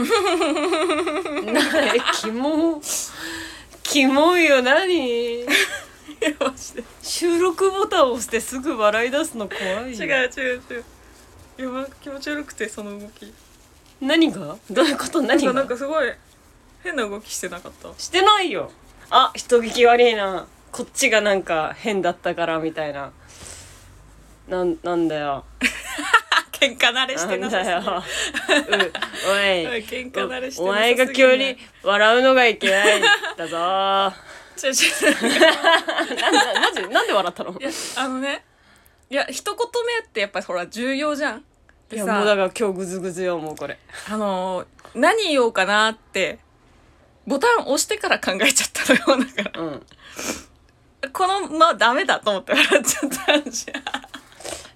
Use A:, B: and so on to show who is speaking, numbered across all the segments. A: 何キモキモいよ何
B: マジで
A: 収録ボタンを押してすぐ笑い出すの怖いよ
B: 違う違う違うやば気持ち悪くてその動き
A: 何がどういうこと何
B: な
A: が
B: んかすごい変な動きしてなかった
A: してないよあ人聞き悪いなこっちがなんか変だったからみたいななんなんだよ
B: 喧嘩慣れ
A: な
B: して
A: ん
B: な
A: だ
B: さ
A: ようお
B: すぎ
A: い
B: る喧嘩慣れして
A: お
B: なさ
A: 前
B: すぎる
A: が急に笑うのがいけないんだぞ な
B: 違う違う
A: ななぜなんで笑ったの
B: いやあのねいや一言目ってやっぱほら重要じゃん
A: い
B: で
A: や
B: さ
A: もうだから今日グズグズよもうこれ
B: あのー何言おうかなってボタン押してから考えちゃったのよだか
A: うん
B: らこのまあダメだと思って笑っちゃったんじゃん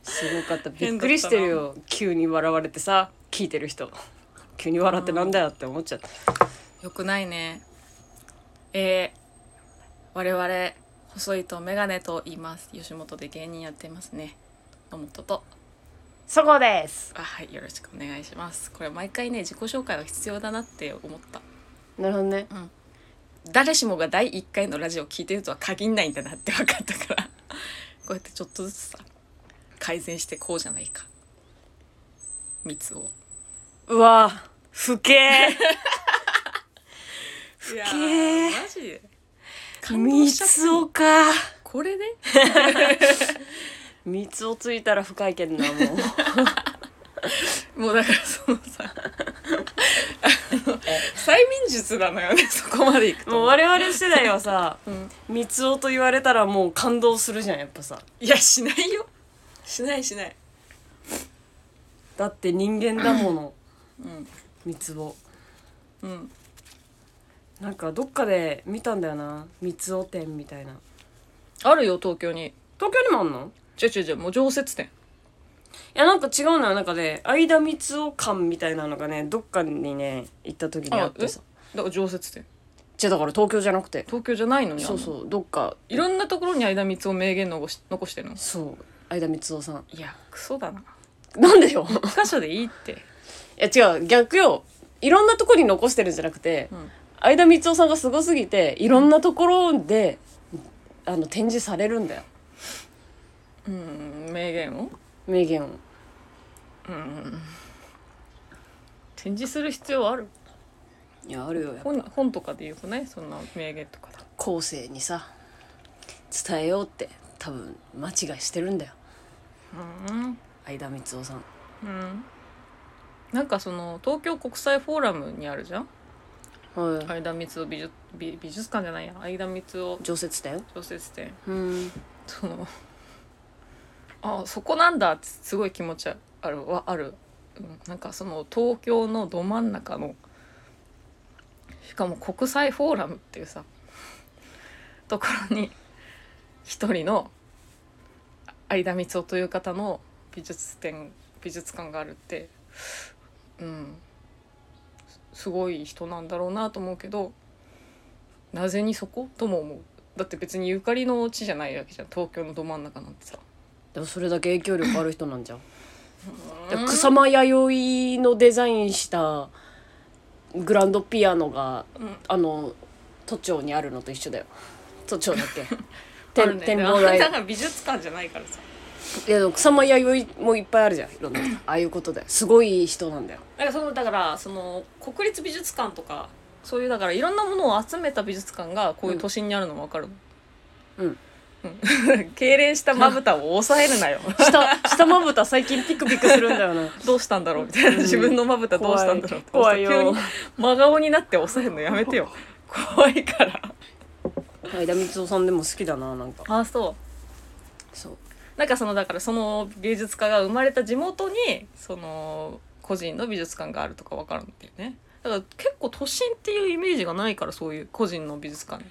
A: すごかったびっくりしてるよ急に笑われてさ聞いてる人 急に笑ってなんだよって思っちゃった
B: よくないねえー、我々細いとメガネと言います吉本で芸人やってますね野本と
A: そこです
B: あはいよろしくお願いしますこれ毎回ね自己紹介が必要だなって思った
A: なるほどね
B: 誰しもが第1回のラジオを聞いてるとは限んないんだなって分かったから こうやってちょっとずつさ改善してこうじゃないか蜜を
A: うわ不敬
B: いや
A: ー
B: マジで 感動
A: 三
B: しちゃった
A: つおか
B: これね
A: 三つおついたら不快見だなもう
B: もうだからそのさあの催眠術なのよね そこまでいくと
A: もう我々世代はさ
B: うん
A: 三つおと言われたらもう感動するじゃんやっぱさ
B: いやしないよしないしない
A: だって人間だもの
B: うん
A: 三つお
B: うん
A: なんかどっかで見たんだよな三つお店みたいな
B: あるよ東京に
A: 東京にもあんの
B: 違う違う違うもう常設店
A: いやなんか違うのよなんかね相田光雄館みたいなのがねどっかにね行った時にあってさ
B: だから常設店
A: じゃだから東京じゃなくて
B: 東京じゃないのにあん
A: そ
B: の
A: うそうどっか
B: いろんなところに相田光雄名言残し残してるの
A: そう相田光雄さん
B: いやクソだな
A: なんでよ
B: 一箇所でいいって、
A: いや違う逆よいろんなとこに残してるんじゃなくて
B: うん、
A: 相田光雄さんがすごすぎていろんなところで、あの展示されるんだよ
B: うん名言を
A: 名言を
B: うん展示する必要ある
A: いやあるよやっぱ
B: 本本とかでよくないそんな名言とかだ
A: 後世にさ伝えようって多分間違いしてるんだよ
B: うん、
A: 相田光雄さん
B: うん、なんかその東京国際フォーラムにあるじゃん
A: はい、
B: 相田光雄美術美美術館じゃないや相田光雄
A: 常設だよ
B: 常設店
A: うん
B: そのあそこなんだってすごい気持ちあるはある、うん、なんかその東京のど真ん中のしかも国際フォーラムっていうさ ところに一人の相田光雄という方の美術展美術館があるってうんすすごい人なんだろうなと思うけどなぜにそことも思うだって別にゆかりの地じゃないわけじゃん東京のど真ん中なんてさ
A: でもそれだけ影響力ある人なんじゃんだから
B: 草
A: 草間弥生のデザインしたグランドピアノがあの都庁にあるのと一緒だよ都庁だっ け
B: あ
A: て
B: るね
A: 展望 台
B: だから美術館じゃないからさ
A: いやでも草間弥生もいっぱいあるじゃんいろんなああいうことだよすごい人なんだよ
B: だからそのだからその国立美術館とかそういうだからいろんなものを集めた美術館がこういう都心にあるの分かるの
A: うん
B: うん 痙攣したまぶたを抑える なよ
A: 下下まぶた最近ピクピクするんだよ な
B: どうしたんだろうみたいな自分のまぶたどうしたんだろうって
A: 怖い
B: 急
A: 怖いよ
B: に真顔になって抑えるのやめてよ怖いから
A: 相田光雄さんでも好きだななんか
B: あそう
A: そう
B: なんかそのだからその芸術家が生まれた地元にその個人の美術館があるとかわかるんだよねだから結構都心っていうイメージがないからそういう個人の美術館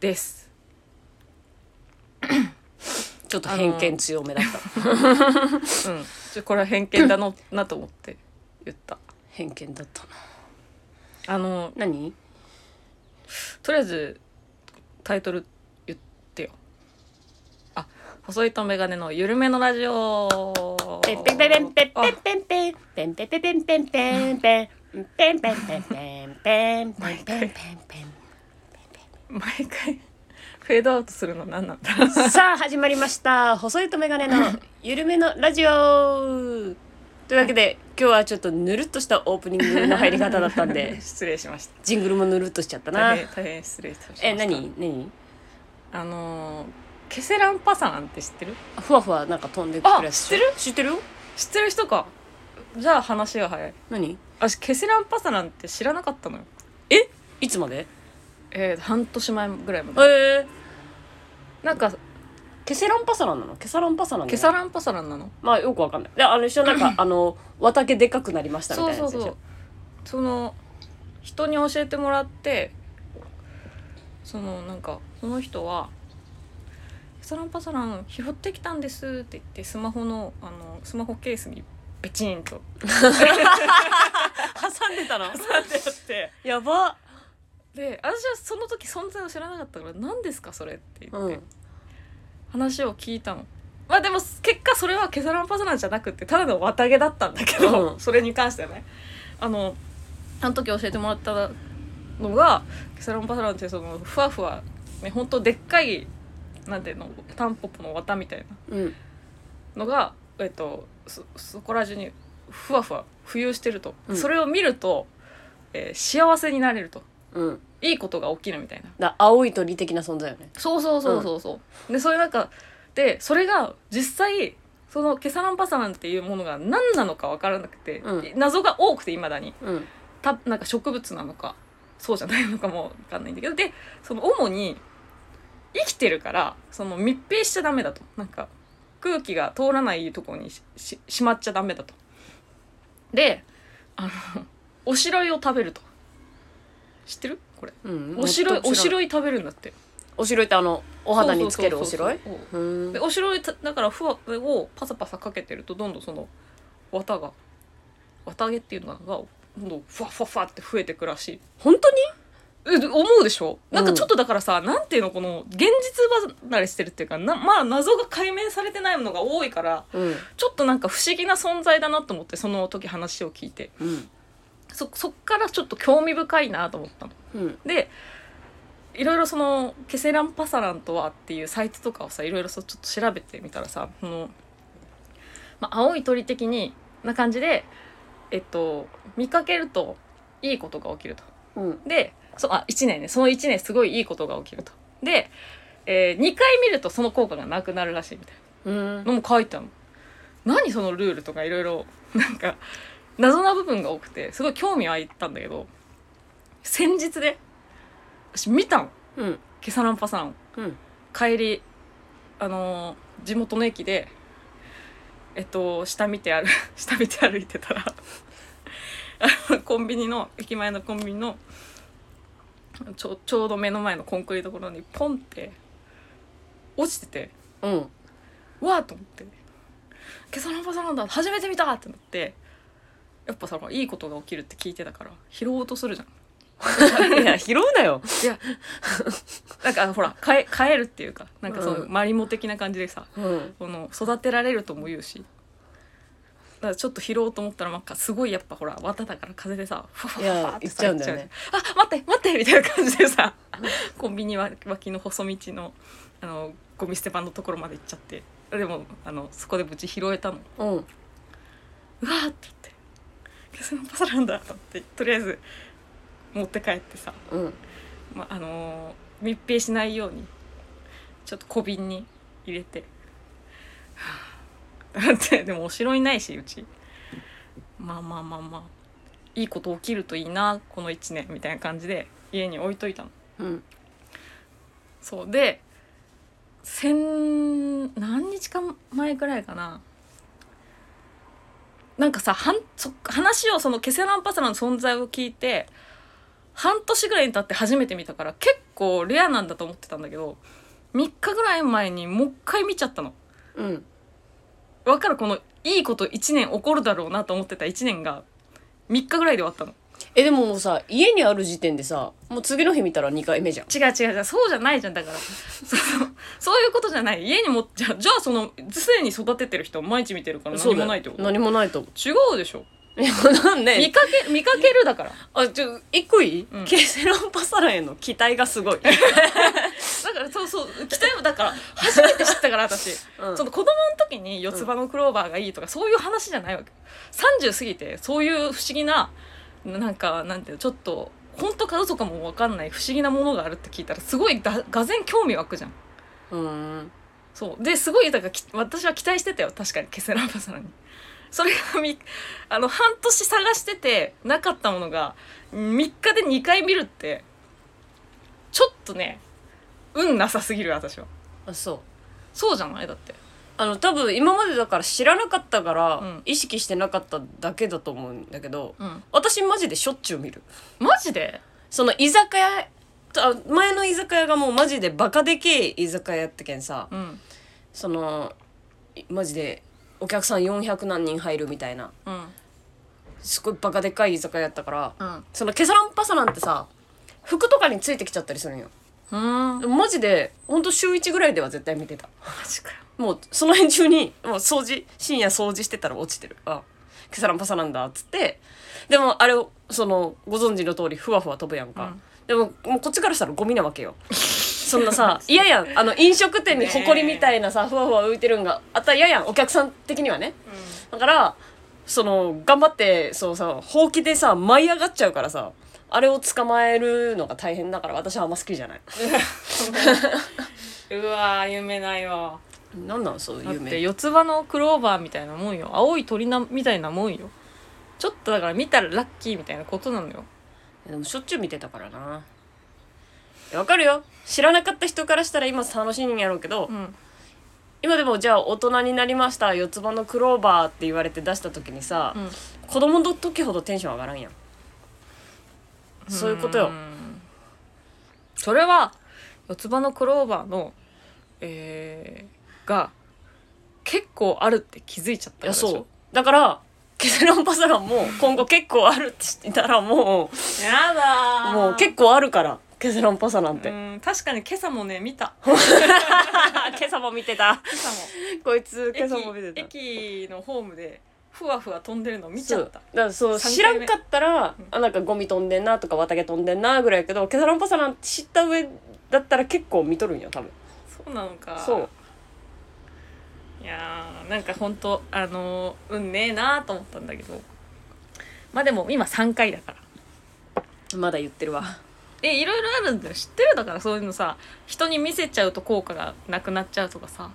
B: です
A: ちょっと偏見強めだった
B: うんちょこれは偏見だのなと思って言った
A: 偏見だったな
B: あの
A: 何
B: とりあえずタイトル言ってよあ細いとメガネの緩めのラジオ
A: ペンペンペンペンペンペンペンペンペンペンペンペンペンペンペンペンペンペンペンペンペンペンペンペ
B: 毎回 フェードアウトするの何なんだ
A: ンさあ始まりました細いとメガネの緩めのラジオというわけで今日はちょっとぬるっとしたオープニングの入り方だったん で
B: 失礼しました
A: ジングルもぬるっとしちゃったな
B: 大変大変失礼いたしました
A: え何何
B: あのーケセランパサなんて知ってる
A: ふわふわなんか飛んでくるやつ
B: あ知ってる
A: 知ってるよ
B: 知ってる人かじゃあ話が早い
A: 何
B: 私ケセランパサなんて知らなかったのよ
A: いつまで
B: えー、半年前ぐらいまで
A: えー、
B: なんか
A: ケセランパサランなのケサランパサランだよね
B: ケサランパサランなの
A: まあよくわかんないであの一緒なんかあの綿毛でかくなりましたみ
B: そ
A: た
B: う
A: いな
B: そ
A: や
B: う
A: つでしょ
B: そうその人に教えてもらってそのなんかその人は「サランパサラン拾ってきたんです」って言ってスマホのあのスマホケースにベチンと
A: 挟んでたの
B: なんてやって
A: やば
B: で私はその時存在を知らなかったから「何ですかそれ」って言って、
A: うん
B: 話を聞いたの。まあでも結果それはケサランパサランじゃなくてただの綿毛だったんだけど、
A: うん
B: それに関してはねあのあの時教えてもらったのがケサランパサランってそのふわふわねほんとでっかいなんていうのタンポポの綿みたいな
A: うん
B: のが、えっと、そそこら中にふわふわ浮遊してると、
A: うん
B: それを見ると、えー幸せになれると
A: うん
B: いいことが起きるみたいな
A: だ青い鳥的な存在よね
B: そうそうそうそうそう、でそういうなんかでそれが実際そのケサランパサランっていうものが何なのか分からなくて、
A: う
B: 謎が多くていまだに
A: うん
B: たなんか植物なのかそうじゃないのかも分かんないんだけどでその主に生きてるからその密閉しちゃダメだとなんか空気が通らないとこにしししまっちゃダメだとであのおしろいを食べると知ってるこれ
A: うん
B: おしろいおし
A: い
B: ろい食べるんだって
A: おしろいってあのお
B: お
A: 肌につけるおしろいうん
B: でおしろいただからふわをパサパサかけてるとどんどんその綿が綿毛っていうのがどんどんふわふわふわって増えてくらしい
A: 本当に
B: えで思うでしょなんかちょっとだからさ、なんていうのこの現実離れしてるっていうかなまあ謎が解明されてないものが多いから
A: うん
B: ちょっとなんか不思議な存在だなと思ってその時話を聞いて
A: うん
B: そそっからちょっと興味深いなと思ったの。
A: うん
B: でいろいろその「ケセランパサランとは」っていうサイトとかをさいろいろそうちょっと調べてみたらさその、まあ、青い鳥的にな感じで、えっと、見かけるといいことが起きると。
A: うん
B: でそあ1年ねその1年すごいいいことが起きると。で、え2回見るとその効果がなくなるらしいみたい
A: うん
B: なのも書いてあるの。何そのルールとかいろいろなんか謎な部分が多くてすごい興味湧いたんだけど先日で私見たの。
A: うん
B: ケサランパさん
A: うん
B: 帰りあのー地元の駅でえっと下見て歩 下見て歩いてたら あのコンビニの駅前のコンビニのちょちょうど目の前のコンクリートところにポンって落ちてて
A: うん
B: わーっと思って「ケサランパサランだ初めて見た!」ってなってやっぱさほらいいことが起きるって聞いてたから拾おうとするじゃん。
A: いや拾うなよ
B: いやなんかほらかえ変えるっていうかなんかそういううんマリモ的な感じでさ、
A: うん
B: この育てられるとも言うしだからちょっと拾おうと思ったらなんかすごいやっぱほら綿だから風でさふわふわふわってさ
A: いや行っちゃうんだよね
B: 行っちゃうあ待って待ってみたいな感じでさコンビニわ脇の細道のあのゴミ捨て場のところまで行っちゃってでもあのそこで無事拾えたの。
A: うん
B: うわーって言って「ケスのパサランだ」と思ってとりあえず持って帰ってさ
A: うん
B: まああのー密閉しないようにちょっと小瓶に入れてはぁだってでもお城いないしうちまあまあまあまあいいこと起きるといいなこの1年みたいな感じで家に置いといたの
A: うん
B: そうで先何日か前くらいかななんかさはんそ話をそのケセランパサラの存在を聞いて半年ぐらいに経って初めて見たから結構レアなんだと思ってたんだけど3日ぐらい前にもう一回見ちゃったの。
A: うん
B: わかるこのいいこと1年起こるだろうなと思ってた1年が3日ぐらいで終わったの。
A: えでももうさ家にある時点でさもう次の日見たら2回目じゃん
B: 違う違う違うそうじゃないじゃんだからそうそういうことじゃない家に持っじゃあじゃあそのすでに育ててる人を毎日見てるから
A: そ
B: 何
A: うだ
B: も
A: よ
B: ないってこと
A: 何もないと思
B: 違うでしょ
A: いや なん
B: 見
A: で
B: かけ見かけるだから
A: あちょ一個いい、
B: うん
A: ケセランパサラへの期待がすごい、
B: だからそうそう期待もだから初めて知ったから私、
A: うん
B: その子供の時に四つ葉のクローバーがいいとかそういう話じゃないわけ30過ぎてそういう不思議ななんかなんていうのちょっと本当か嘘かも分かんない不思議なものがあるって聞いたらすごいががぜん興味湧くじゃん
A: うん
B: そうですごいだからき私は期待してたよ確かにケセランパサラにそれがみあの半年探しててなかったものが3日で2回見るってちょっとね運なさすぎる私は
A: あそう
B: そうじゃないだって
A: あの多分今までだから知らなかったから、
B: うん
A: 意識してなかっただけだと思うんだけど
B: うん
A: 私マジでしょっちゅう見る
B: マジで
A: その居酒屋とあ前の居酒屋がもうマジでバカでけえ居酒屋やったけんさ
B: うん
A: そのいマジでお客さん400何人入るみたいな
B: うん
A: すごいバカでかい居酒屋やったから
B: うん
A: そのケサランパサなんてさ服とかについてきちゃったりするんよ
B: うんマ
A: マジでほんと週1ぐらいでは絶対見てた
B: ジかよ
A: もうその辺中に もう掃除深夜掃除してたら落ちてるあケサランパサなんだっつってでもあれをそのご存知の通りふわふわ飛ぶやんか、
B: うん
A: でももうこっちからしたらゴミなわけよ そんなさ嫌やんあの飲食店に埃みたいなさふわふわ浮いてるんがあったら嫌やんお客さん的にはねだからその頑張ってそうさほうきでさ舞い上がっちゃうからさあれを捕まえるのが大変だから私はあんま好きじゃないう
B: わー夢ないわ
A: なんなんそう
B: だっ
A: いう
B: て
A: 夢
B: 四つ葉のクローバーみたいなもんよ青い鳥なみたいなもんよちょっとだから見たらラッキーみたいなことなのよ
A: でもしょっちゅう見てたからなわかるよ知らなかった人からしたら今楽しいんやろうけど、
B: ん
A: 今でもじゃあ大人になりました四つ葉のクローバーって言われて出した時にさ、
B: うん
A: 子供の時ほどテンション上がらんやんそういうことよ
B: んそれは四つ葉のクローバーのえー、が結構あるって気づいちゃった
A: いや
B: からでしょ
A: そうだからケセランパサランも今後結構あるって知ったらも
B: やだ
A: う
B: ー
A: もう結構あるからケセランパサラン って、
B: うん確かに今朝もね見た
A: 今朝も見てた
B: 今朝も
A: こいつ今
B: 駅
A: 朝も見てた
B: 駅のホームでふわふわ飛んでるの見ち
A: そ
B: ゃ
A: う
B: った
A: だからそう
B: 三
A: 知ら
B: 回目
A: んかったら
B: うん
A: あなんかゴミ飛んでんなとか綿毛飛んでんなぐらいやけどケサランパサなんて知った上だったら結構見とるんよ多分
B: そうなのか
A: そう
B: いやーなんか本当あのー運ねえなーと思ったんだけどまあでも今3回だから
A: まだ言ってるわ
B: えいろいろあるんだよ知ってるだからそういうのさ人に見せちゃうと効果がなくなっちゃうとかさ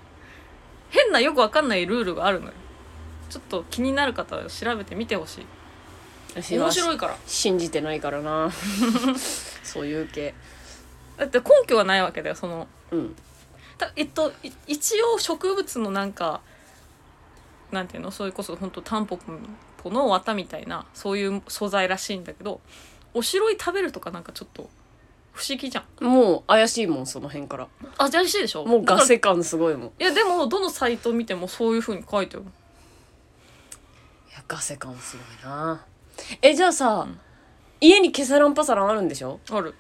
B: 変なよくわかんないルールがあるのよちょっと気になる方は調べてみてほしい面白
A: い
B: いから
A: 信じてないから なそういう系
B: だって根拠はないわけだよその
A: うん
B: たえっとい一応植物のなんかなんていうのそれこそ本当タンポポの綿みたいなそういう素材らしいんだけどおしろい食べるとかなんかちょっと不思議じゃん
A: もう怪しいもんその辺から
B: あじゃあしいでしょ
A: もうガ
B: だ
A: セ感すご いもんい
B: からいやでもどのサイト見てもそういうふうに書いてある
A: やガセ感すごいなえじゃあさ、
B: うん
A: 家にケサランパサランあるんでしょ
B: ある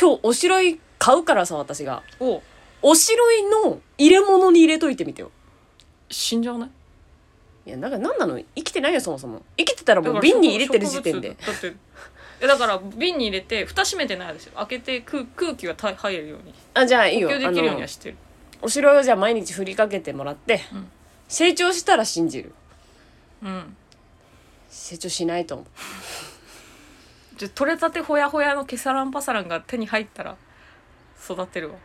A: 今日おしろい買うからさ私が
B: お
A: おしろいの入れ物に入れといてみてよ
B: 死んじゃわない
A: いやなんか何なの生きてないよそもそも生きてたら
B: だ
A: も
B: か
A: う
B: ら
A: 瓶に入れてる時点で
B: 植物だってえだから瓶に入れて蓋閉めてないですよ開けて空空気がた入るように
A: あじゃあいい
B: 呼
A: よ
B: 吸
A: あ
B: できるように
A: の
B: はしてる
A: お城をじゃあ毎日振りかけてもらって、
B: うん
A: 成長したら信じる
B: うん
A: 成長しないと思う
B: じゃあ取れたてほやほやのケサランパサランが手に入ったら育てるわ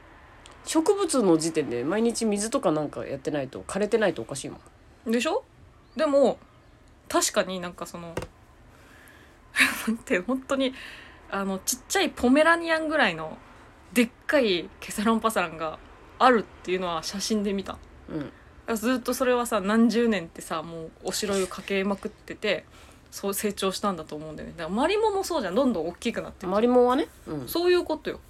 A: 植物の時点で毎日水とかなんかやってないと枯れてないとおかしいもん
B: でしょでも確かになんかその なんて本当にあのちっちゃいポメラニアンぐらいのでっかいケサランパサランがあるっていうのは写真で見た
A: うん
B: ずっとそれはさ何十年ってさもうおしろいをかけまくっててそう成長したんだと思うんだよねだからマリモもそうじゃんどんどん大きくなってる
A: マリモはねうんケ
B: そういうことよ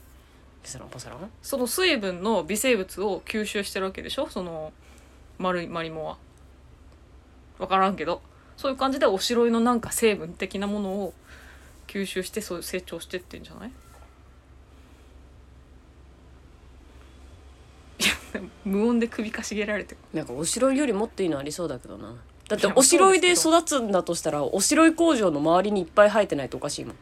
A: サランパサラン
B: その水分の微生物を吸収してるわけでしょその丸いマリモは。分からんけどそういう感じでおしろいのなんか成分的なものを吸収してそう成長してってんじゃないいや無音で首かしげられてる
A: なんかお城よりもっといいのありそうだけどなだって
B: いや
A: おしろい
B: そう
A: で
B: ですけ
A: 育つんだとしたらおしろい工場の周りにいっぱい生えてないとおかしいもん
B: い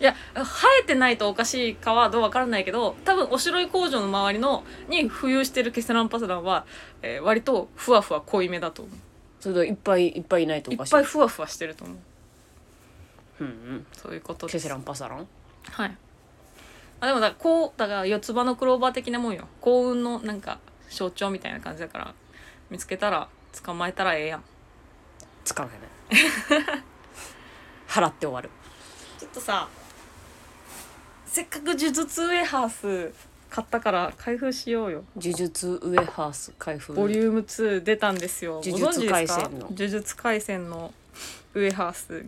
B: や生えてないとおかしいかはどうわからないけど多分おしろい工場の周りのに浮遊してるケセランパセランは、えー割とふわふわ濃いめだと思う
A: それといっぱいいっぱいいないとお
B: い
A: か
B: っ
A: しい
B: ぱいふわふわしてると思う
A: うんうん
B: そういうこと
A: ケ
B: です
A: セランパサラン
B: はいあでもだからこうだから四つ葉のクローバー的なもんよ幸運のなんか象徴みたいな感じだから見つけたら捕まえたらええやん
A: 使わない 払って終わる
B: ちょっとさせっかく呪術ウェハース買ったから開封しようよ
A: 呪術ウエハース開封
B: ボリューム2出たんですよ。
A: 呪術廻戦の
B: ご存知ですか呪術廻戦のウエハース。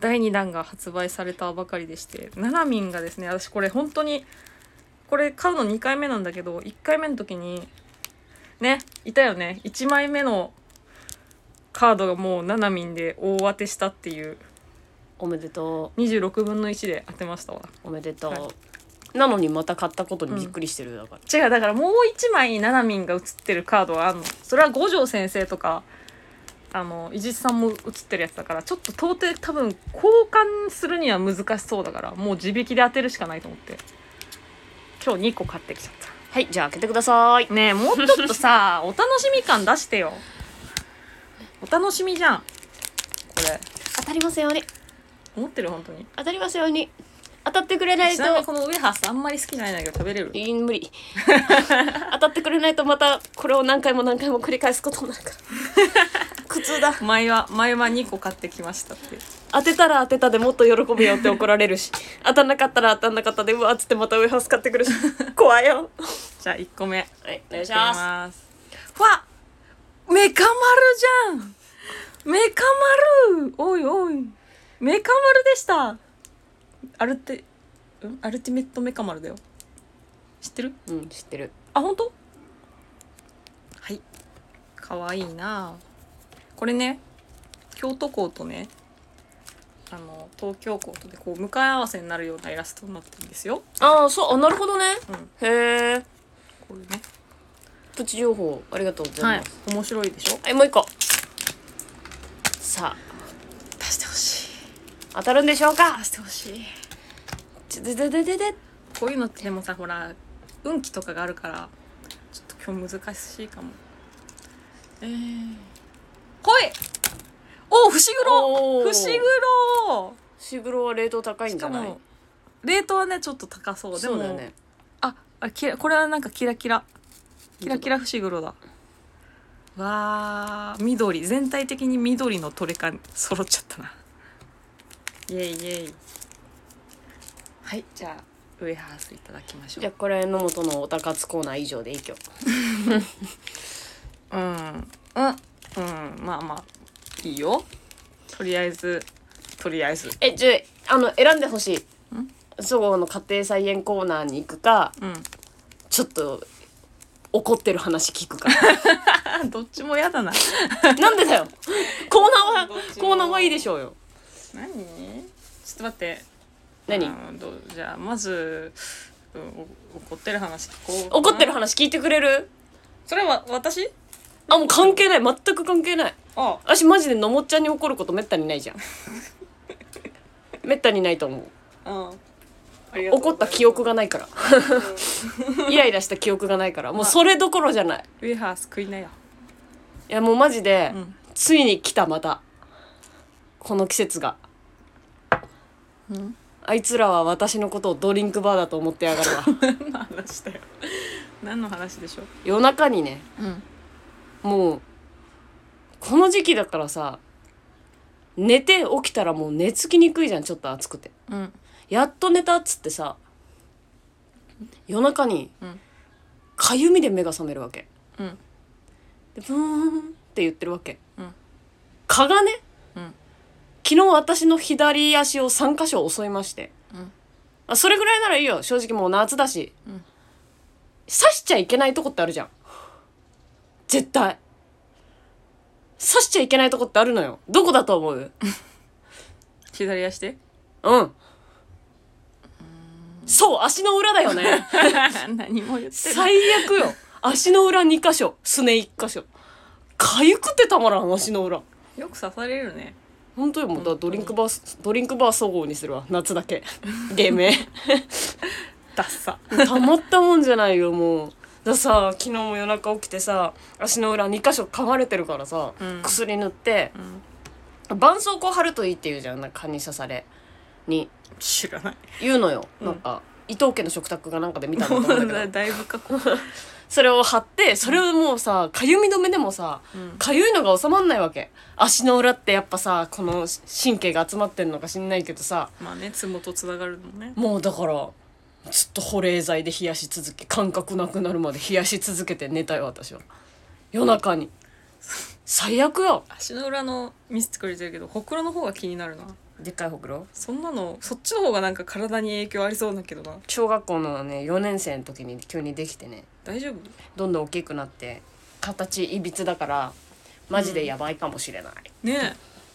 B: 第2弾が発売されたばかりでして、ナナミンがですね、私これ本当に、これ買うの2回目なんだけど、1回目の時に、ね、いたよね。1枚目のカードがもうナナミンで大当てしたっていう、
A: おめでと
B: 26分の1で当てましたわ。
A: うおめでとう、
B: は
A: なのにまた買ったことにびっくりしてるだから、
B: 違うだからもう一枚ななみんが写ってるカードがあるのそれは五条先生とかあの伊地知さんも写ってるやつだからちょっと到底多分交換するには難しそうだからもう自力で当てるしかないと思って今日2個買ってきちゃっ
A: はいじゃあ開けてください
B: たねえもうちょっとさ お楽しみ感出してよお楽しみじゃんこれ
A: 当たりますように
B: 思ってる本当に
A: 当たりますように当たってくれない
B: ち
A: と
B: なみにこのウエハースあんまり好きじゃないんだけど食べれる
A: いい無理 当たってくれないとまたこれを何回も何回も繰り返すことになるから苦痛だ
B: 前は前は2個買ってきましたって
A: 当てたら当てたでもっと喜べよって怒られる し当たんなかったら当たんなかったでうわっつってまたウエハース買ってくるし怖いよ
B: じゃあ1個目
A: はいお願いし ます
B: すわメカ丸じゃんメカ丸おいおいメカ丸でしたアルテんアルティメットメカ丸だよ知ってる
A: うん知ってる
B: あ本当はいかわいいなあこれね京都校とねあの東京校とでこう向かい合わせになるようなイラストになってるんですよ、
A: ああそうあなるほどね
B: うん、
A: へえ
B: これね
A: プチ情報ありがとうござ
B: はいい
A: ます
B: 面白いでしょ
A: はい、もう一個さ
B: 出してほしい
A: あ当たるんでしょうか
B: 出してほしい
A: ちょででででで
B: こういうのってでもさほら運気とかがあるからちょっと今日難しいかもえー、来いおう伏
A: お
B: 黒
A: ー
B: 伏黒
A: シグロは冷凍高いん
B: し
A: じゃ
B: か
A: ない
B: も冷凍はねちょっと高そうで
A: そ
B: も
A: うだよね
B: ああキラこれはなんかキラキラキラキラ伏黒だわー緑全体的に緑のトレカ揃っちゃったなイエイイエイはいじゃあウエハースいただきましょう
A: じゃあこれ野本のおたかつコーナー以上でいい今日
B: うんうんうんまあまあいいよとりあえずとりあえず
A: えじゃああの選んでほしいそごうの家庭菜園コーナーに行くか
B: うん
A: ちょっと怒ってる話聞く か
B: あどっちもやだな
A: なんでだ よコーナーは
B: どっちも
A: コーナーはいいでしょうよ
B: 何ちょっと待って
A: 何
B: うんどうじゃあまず、うん、お怒ってる話聞こうかな
A: 怒ってる話聞いてくれる
B: それは私
A: あもう関係ない全く関係ない
B: あ
A: 私マジでのもっちゃんに怒ることめったにないじ ゃんめったにないと思う
B: うんありがとうご
A: 怒
B: ざいます
A: った記憶がないからイライラした記憶がないからもうそれどころじゃない
B: ウェハース食いなよ
A: いやもうマジで、
B: うん
A: ついに来たまたこの季節が
B: うん
A: あいつらは私のことをドリンクバーだと思ってやがるわ
B: 何の話だよ何の話でしょう
A: 夜中にね
B: うん
A: もうこの時期だからさ寝て起きたらもう寝つきにくいじゃんちょっと暑くて
B: うん
A: やっと寝たっつってさ夜中に
B: うん
A: かゆみで目が覚めるわけ
B: うん
A: でブーンって言ってるわけ、
B: うん
A: 蚊がね、
B: うん
A: 昨日私の左足を3箇所襲いまして、
B: うん
A: あそれぐらいならいいよ正直もう夏だし、
B: うん
A: 刺しちゃいけないとこってあるじゃん絶対刺しちゃいけないとこってあるのよどこだと思う
B: 左足で
A: うんそう足の裏だよね
B: 何も言ってない
A: 最悪よ足の裏2箇所すね1箇所かゆくてたまらん足の裏
B: よく刺されるね
A: 本当よもうだからドリンクバードリンクバー総合にするわ夏だけ芸名
B: ダッサ
A: たまったもんじゃないよもうださ昨日も夜中起きてさ足の裏2箇所噛まれてるからさ、
B: うん
A: 薬塗って
B: うん
A: 絆創膏貼るといいって言うじゃんなんか蚊に刺されに
B: 知らない
A: 言うのよ、
B: うん
A: なんか伊藤家の食卓がなんかで見たんだと
B: も
A: 思うんだけ
B: う だ
A: ど
B: だいぶ過去、
A: それを貼ってそれをもうさかゆみ止めでもさかゆいのが収まんないわけ足の裏ってやっぱさこの神経が集まってんのか知んないけどさ
B: まあねツモとつながるのね
A: もうだからずっと保冷剤で冷やし続け感覚なくなるまで冷やし続けて寝たよ私は夜中に最悪よ
B: 足の裏の見せてくれてるけどほくろの方が気になるな
A: でっかいほくろ
B: そんなのそっちの方がなんか体に影響ありそうだけどな
A: 小学校のね4年生の時に急にできてね
B: 大丈夫
A: どんどん大きくなって形いびつだからマジでやばいかもしれない、
B: ね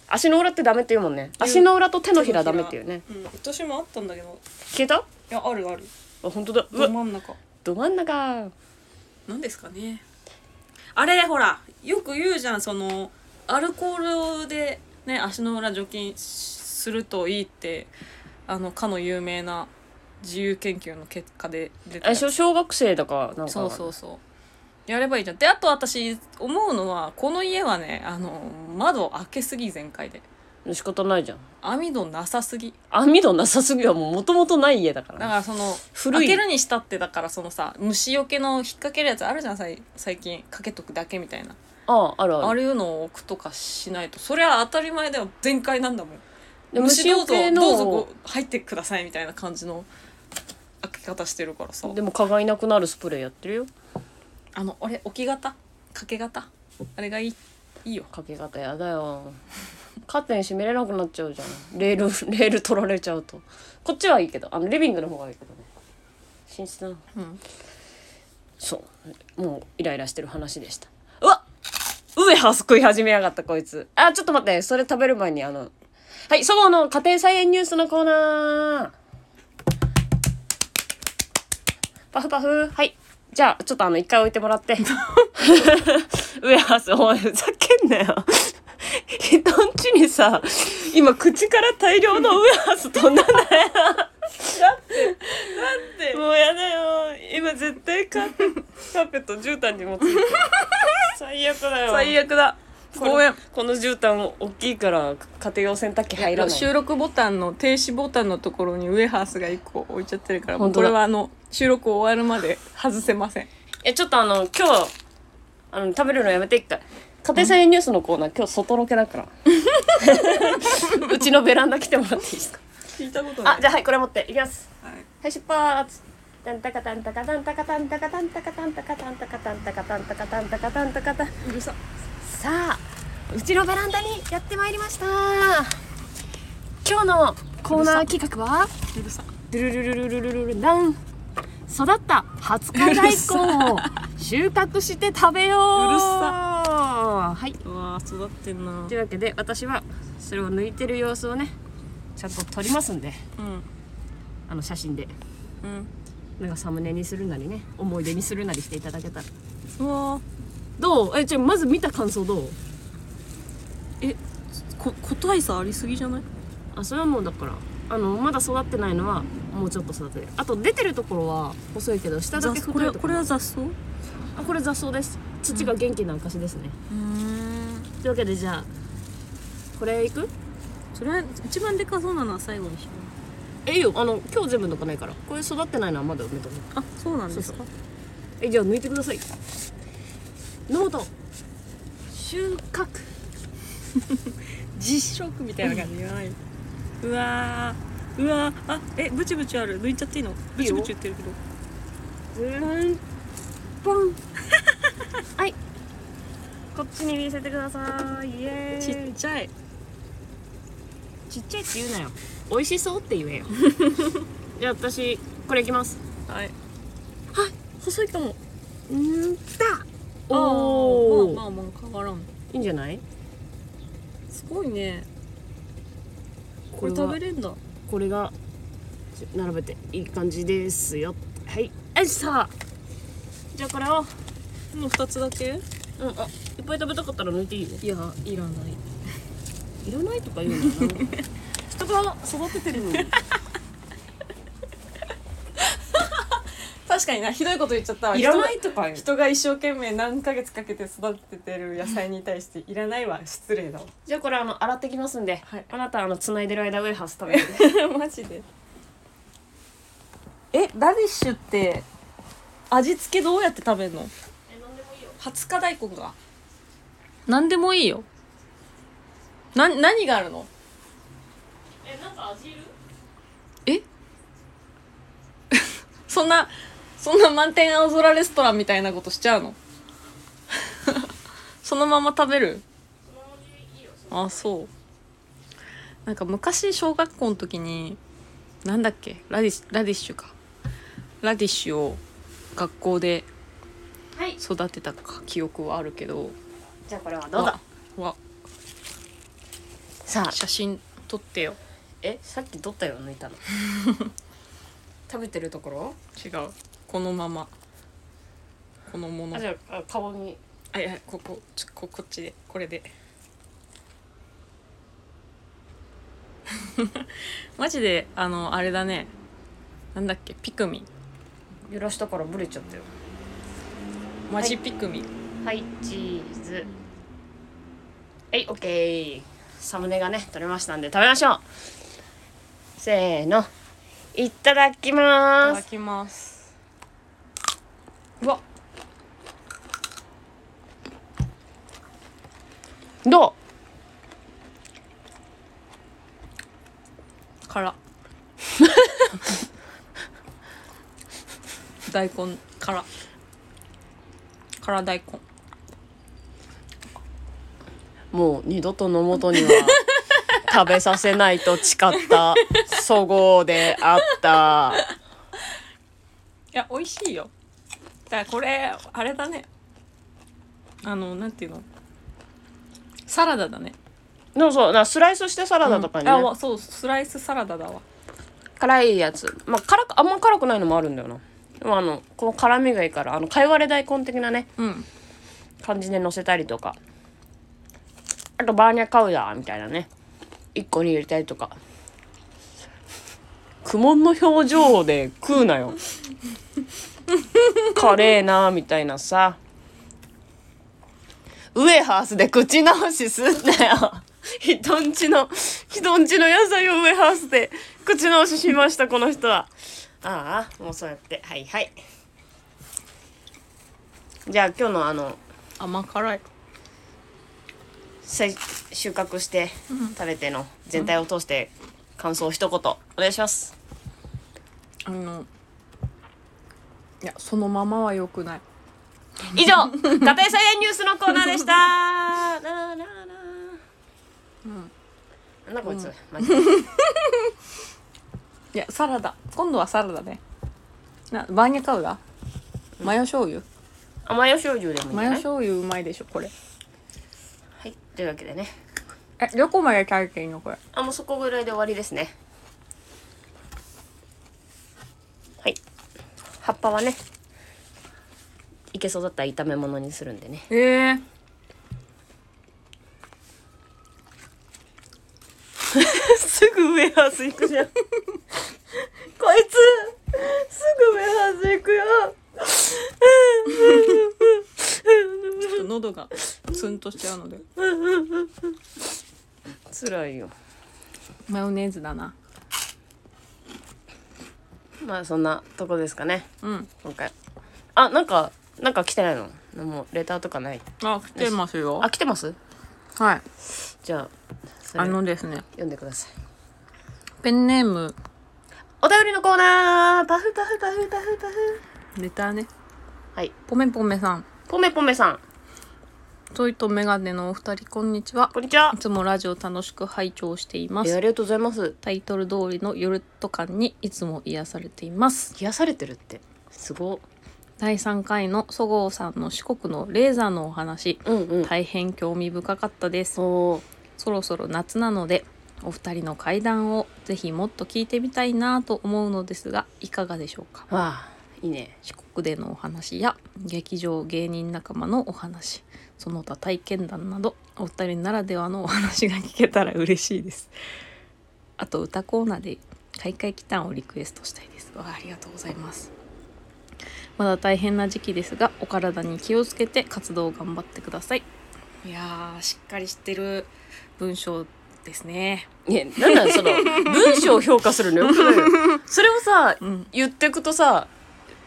A: 足の裏ってダメって言うもんね
B: うん
A: 足の裏と手のひらダメっていうね
B: え、うん、私もあったんだけど
A: 消えた
B: いやあるある
A: あ本当だう
B: ど
A: わ
B: 真ん中
A: ど真ん中
B: なんですかねあれほらよく言うじゃんそのアルコールでね足の裏除菌するといいってあのかの有名な自由研究の結果で出た
A: あ
B: やつ
A: 小小学生だからなんか
B: そうそうそうやればいいじゃんであと私思うのはこの家はねあの窓開けすぎ全開で
A: 仕方ないじゃん
B: 網戸なさすぎ
A: 網戸なさすぎはもう元々ない家だから
B: だ
A: ね
B: からその
A: 古
B: 開
A: い
B: けるにしたってだからそのさ虫よけの引っ掛けるやつあるじゃんさい最近かけとくだけみたいな
A: あああるある
B: あれいうのを置くとかしないとそりゃ当たり前では全開なんだもん
A: で
B: 虫どうぞ
A: 虫除けの
B: どうぞご入ってくださいみたいな感じの開け方してるからさ
A: でも蚊がいなくなるスプレーやってるよ
B: あの俺置き型かけ型あれがいいいいよ
A: かけ方やだよカーテン閉めれなくなっちゃうじゃんレールレール取られちゃうとこっちはいいけどあのリビングの方がいいけどね寝室な
B: うん
A: そうもうイライラしてる話でしたうわウエハース食い始めやがったこいつあちょっと待ってそれ食べる前にあのはいそごうの家庭菜園ニュースのコーナーパフパフはいじゃあちょっとあの一回置いてもらって ウエハースお前ふざけんなよ人んちにさ今口から大量のウエハース飛んだんだよもうやだよ今絶対カーペカーペット絨毯に持ってる 最悪だよ
B: 最悪だ公園
A: この絨毯大きいから家庭用洗濯機入らない
B: 収録ボタンの停止ボタンのところにウエハースが1個置いちゃってるからもう
A: 本当
B: こ
A: だ
B: れはあの収録終わるまで外せません
A: えちょっとあの今日あの食べるのやめて一回家庭菜園ニュースのコーナー今日外ロケだからうちのベランダ来てもらっていいですか
B: 聞いたこと
A: あ
B: い
A: じゃあはいこれ持っていきます
B: はい
A: はい出発タンタカタンタカタンタカタンタカタンタカタンタカタンタカタンタカタンタカタンタカタンタカタン
B: うるさ
A: さあうちのベランダにやってまいりました今日のコーナー企画は
B: うるさ
A: ドゥルルルルルルルルダン育った20日大根を収穫して食べよう
B: うる
A: さはいう
B: わー育ってんな
A: というわけで私はそれを抜いてる様子をねちゃんと撮りますんで
B: うん
A: あの写真で
B: うん
A: なんかサムネにするなりね思い出にするなりしていただけたら
B: うわー
A: どうえじゃあまず見た感想どう
B: えこ個体差ありすぎじゃない
A: あそれはもうだからあのまだ育ってないのはもうちょっと育てるあと出てるところは細いけど下だけ
B: 雑
A: 太
B: 草
A: い
B: これ
A: と
B: こ
A: こ
B: れ
A: ろ
B: は雑草う
A: あこれ雑草です土が元気な証ですね、
B: ーん
A: というわけでじゃあこれいく
B: それは一番でかそうなのは最後にしよ
A: えいいよあの今日全部抜かないからこれ育ってないのはまだ埋めとこう
B: うあそうなんですか
A: そうえじゃあ抜いてください野本収穫
B: 実食みたいな感じ言わないうわーうわーあえブチブチある抜いちゃっていいのブチブチ言ってるけど
A: ずーんぽ んはいこっちに見せてくださいイエーイ
B: ちっちゃい
A: ちっちゃいって言うなよ美味しそうって言 えよじゃあ私これいきます
B: はい
A: 細いかもうんきた
B: お
A: お
B: お
A: お、
B: まあまあ変わらん
A: いいんじゃない
B: すごいねこ
A: こ
B: れ
A: れ
B: 食
A: 食べ
B: べ
A: れ
B: れんだ
A: これがちょ並べていい感じですよはいよいしょじゃあこれを
B: もう2つだけ
A: うんあいっぱい食べたかったら抜いていいよ
C: いやいらない
A: いらないとか言 うのかな人が育ててるのに
C: 確かになひどいこと言っちゃったわ
A: いらないとか言う
C: 人が一生懸命何ヶ月かけて育ててる野菜に対していらないは失礼だわ
A: じゃあこれあの洗ってきますんで、
C: はい
A: あなたあの繋いでる間ウエハース食べてね
C: マジでえラディッシュって味付けどうやって食べるの20日大根が
B: 何でもいいよな何があるの
A: えなんか味いる
B: そんなそんな満点青空レストランみたいなことしちゃうの そのまま食べるあそうなんか昔小学校の時になんだっけラディッシュラディッシュかラディッシュを学校で
A: はい
B: 育てたか記憶はあるけど
A: じゃあこれはどうだ
B: わわ
A: さあ
B: 写真撮ってよ
A: えさっき取ったよ抜い たの食べてるところ
B: 違うこのままこのもの
A: あじゃああ顔に
B: あいやここちょここっちでこれで マジであのあれだねなんだっけピクミン
A: 揺らしたからブレちゃったよ
B: マジピクミン、
A: はいチーズはいオッケーサムネがね取れましたんで食べましょうせーのいただき
B: い、た
A: ま
B: だ
A: す
B: きます
A: うわど
B: 辛 大根辛辛大根
A: うもう二度と野本 には食べさせないと誓ったそごうであった
B: いや美味しいよだからこれあれだねあのなんていうのサラダだね
A: でもそうなスライスしてサラダとかにね、
B: うんあわそうスライスサラダだわ
A: 辛いやつまあ辛くあんま辛くないのもあるんだよなでもあのこの辛みがいいからあのかいわれ大根的なね
B: うん
A: 感じで乗せたりとかあとバーニャカウダーみたいなね一個に入れたりとか苦悶の表情で食うなよカレーなみたいなさウエハースで口直しすんなよ人んちの人んちの野菜をウエハースで口直ししましたこの人はああもうそうやってはいはいじゃあ今日のあの
B: 甘辛い
A: せ収穫して食べての全体を通して感想を一言お願いします
B: あのいやそのままは良くない
A: 以上家庭菜園ニュースのコーナーでした ララララなんだこいつ、マジで
B: いやサラダ今度はサラダねなバーニャカウダマヨ醤油
A: 甘いお醤油でもいいんじ
B: マ
A: ゃ
B: ヨ
A: ない
B: 醤油うまいでしょこれ
A: はいというわけでね
B: えどこまで食べていいのこれ
A: あもうそこぐらいで終わりですねはい葉っぱはねいけそうだったら炒め物にするんでね
B: えー、
A: すぐウェハース行くじゃんこいつすぐウェハース行くよ
B: ちょっと喉がツンとしちゃうので
A: 辛いよ
B: マヨネーズだな
A: まあそんなとこですかね
B: うん
A: 今回あなんかなんか来てないのもうレターとかない
B: あ来てますよ
A: あ来てます
B: はい
A: じゃあそれ
B: あのですね
A: 読んでください
B: ペンネーム
A: お便りのコーナーパフパフパフパフパフ
B: レターね
A: はい
B: ポメポメさん
A: ポメポメさん
B: トイとメガネのお二人こんにちは
A: こんにちはい
B: つもラジオ楽しく拝聴していま
A: えあ
B: す
A: りがとうございます
B: タイトル通りのゆるっと感にいつも癒されています
A: 癒されてるってすご
B: 第3回のそごうさんの四国のレーザーのお話
A: うんうん
B: 大変興味深かったです
A: そう
B: そろそろ夏なのでお二人の会談をぜひもっと聞いてみたいなと思うのですがいかがでしょうか
A: ああいいね
B: 四国でのお話や劇場芸人仲間のお話その他体験談などお二人ならではのお話が聞けたら嬉しいですあと歌コーナーで開会期間をリクエストしたいですわあありがとうございますまだ大変な時期ですがお体に気をつけて活動を頑張ってくださいいやーしっかりしてる文章ですね
A: いやなんなんその文章を評価する のよくないよそれをさ
B: うん
A: 言ってくとさ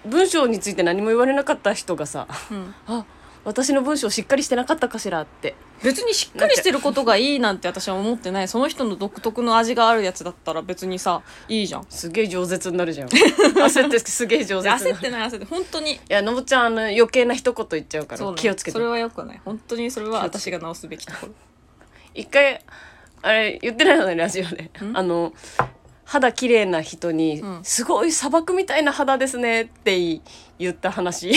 A: 文章について何も言われなかった人がさ
B: うん
A: あ私の文章しっかりしてなかったかしらって
B: 別にしっかりしてることがいいなんて私は思ってないその人の独特の味があるやつだったら別にさいいじゃん
A: すげえ饒舌になる じゃん焦ってすげえ饒舌になる
B: 焦ってない焦って本当に
A: いやのぶちゃんあの余計な一言言っちゃうか
B: そう
A: ら
B: ね
A: 気をつけて
B: それはよくない本当にそれは私が直すべきところ
A: 一回あれ言ってないよねラジオで
B: ん
A: あの肌綺麗な人に、
B: うん
A: すごい砂漠みたいな肌ですねって言った話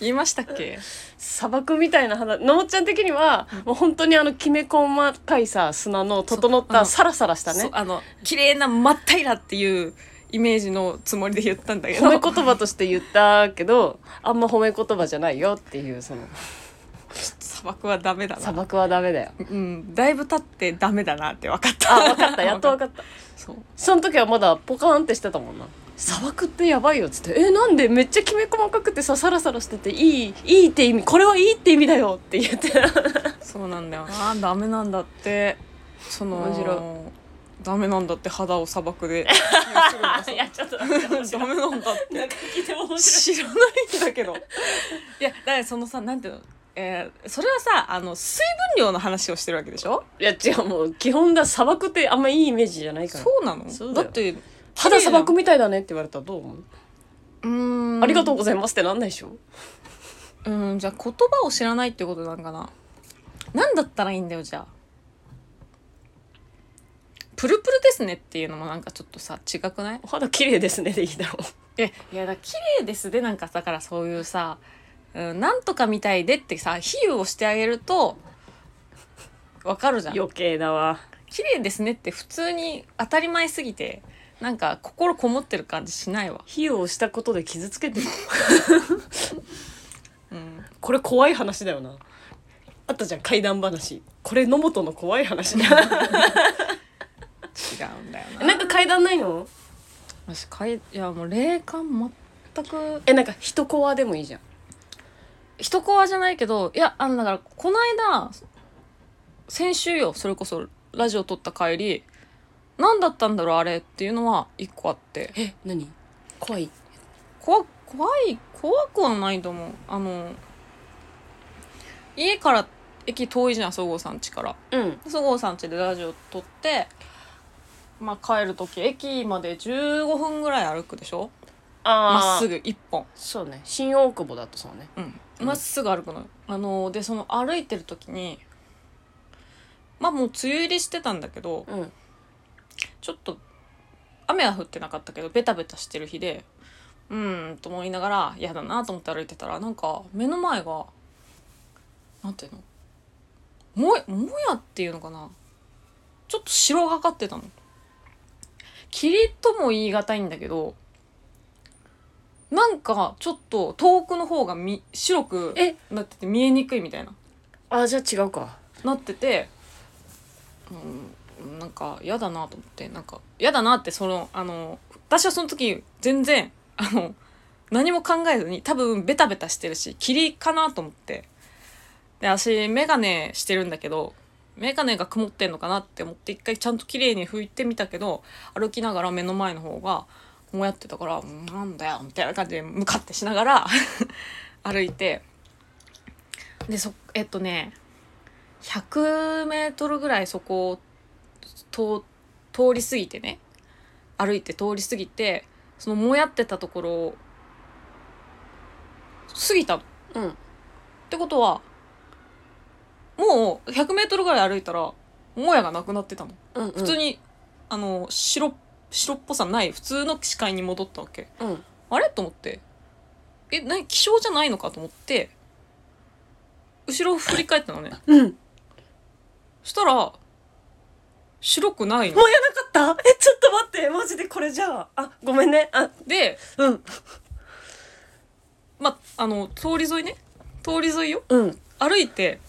B: 言いましたっけ
A: 砂漠みたいな肌のもっちゃん的には、もう本当にあのきめ細かいさ砂の整っ
B: そうあの
A: たサラサラした
B: そう
A: ね
B: あの綺麗な真っ平らっていうイメージのつもりで言ったんだけど
A: 褒め言葉として言ったけどあんま褒め言葉じゃないよっていうその
B: 砂漠はダメだ
A: 砂
B: な
A: 漠はダメだよ
B: うんだいぶ経ってダメだなって 分かった
A: あ分か ったやっと分かった
B: そう
A: その時はまだポカーンってしてたもんな砂漠ってやばいよっつって「えなんでめっちゃきめ細かくてさサラサラしてていいいいって意味これはいいって意味だよ」って言って
B: そうなんだよなダメなんだってその
A: 面白
B: ダメなんだって肌を砂 漠 で
A: いやちょっとダ
B: ダメなんだって
A: 聞いても面
B: 知らないんだけどいやだからそのさなんていうの、えーそれはさあの水分量の話をしてるわけでしょ
A: いや違うもう基本だ砂漠ってあんまいいイメージじゃないから
B: そうなの
A: そうだ
B: だ
A: よ
B: って
A: 肌砂漠みたいだねって言われたらどう思う、
B: うーん
A: ありがとう
B: う
A: ございますってなんないでしょ
B: うんじゃあ言葉を知らないってことなんかななんだったらいいんだよじゃあプルプルですねっていうのもなんかちょっとさ違くない
A: お肌綺麗ですねでいいだろう
B: えいやだから綺麗ですでなんかだからそういうさ、うん、なんとかみたいでってさ比喩をしてあげるとわかるじゃ ん
A: 余計だわ
B: 綺麗ですねって普通に当たり前すぎてなんか心こもってる感じしないわ、
A: 費用をしたことで傷つけてる
B: うん、
A: これ怖い話だよなあったじゃん怪談話これ野本の怖い 話だよ
B: 違うんだよな
A: なんか怪談ないの
B: 私かいいやもう霊感全く
A: えなんか人コアでもいいじゃん
B: 人コアじゃないけどいやあのだからこの間先週よそれこそラジオ撮った帰り何だったんだろうあれっていうのは一個あって
A: え何怖い
B: 怖怖い怖くはないと思うあの家から駅遠いじゃんそごうさん家から
A: うん
B: そごうさん家でラジオ撮ってまあ帰る時駅まで15分ぐらい歩くでしょま
A: あ
B: っ
A: ー
B: すぐ一本
A: そうね新大久保だとそうね
B: うんまっすぐ歩くのよあのでその歩いてる時にまあもう梅雨入りしてたんだけど
A: うん
B: ちょっと雨は降ってなかったけどベタベタしてる日でうーんと思いながら嫌だなと思って歩いてたらなんか目の前がなんていうのもやもやっていうのかなちょっと白がかってたの霧とも言い難いんだけどなんかちょっと遠くの方がみ白く
A: え
B: なってて見えにくいみたいな
A: あじゃあ違うか
B: なってて、うん、なんか嫌だなと思ってなんか嫌だなってそのあの私はその時全然あの何も考えずに多分ベタベタしてるし霧かなと思ってで私眼鏡してるんだけど眼鏡が曇ってんのかなって思って一回ちゃんと綺麗に拭いてみたけど歩きながら目の前の方がもやってたからうんなんだよみたいな感じで向かってしながら 歩いてでそえっとね100メートルぐらいそこをと通り過ぎてね歩いて通り過ぎてそのもやってたところを過ぎたの。
A: うん
B: ってことはもう100メートルぐらい歩いたらもやがなくなってたの。
A: うん、
B: 普通に、あの白白っぽさない普通の視界に戻ったわけ。
A: うん
B: あれと思ってえ何気象じゃないのかと思って後ろを振り返ったのね
A: うん
B: そしたら白くないの
A: 燃えなかったえちょっと待ってマジでこれじゃああごめんねあ
B: で
A: うん
B: まあの通り沿いね通り沿いよ
A: うん
B: 歩いて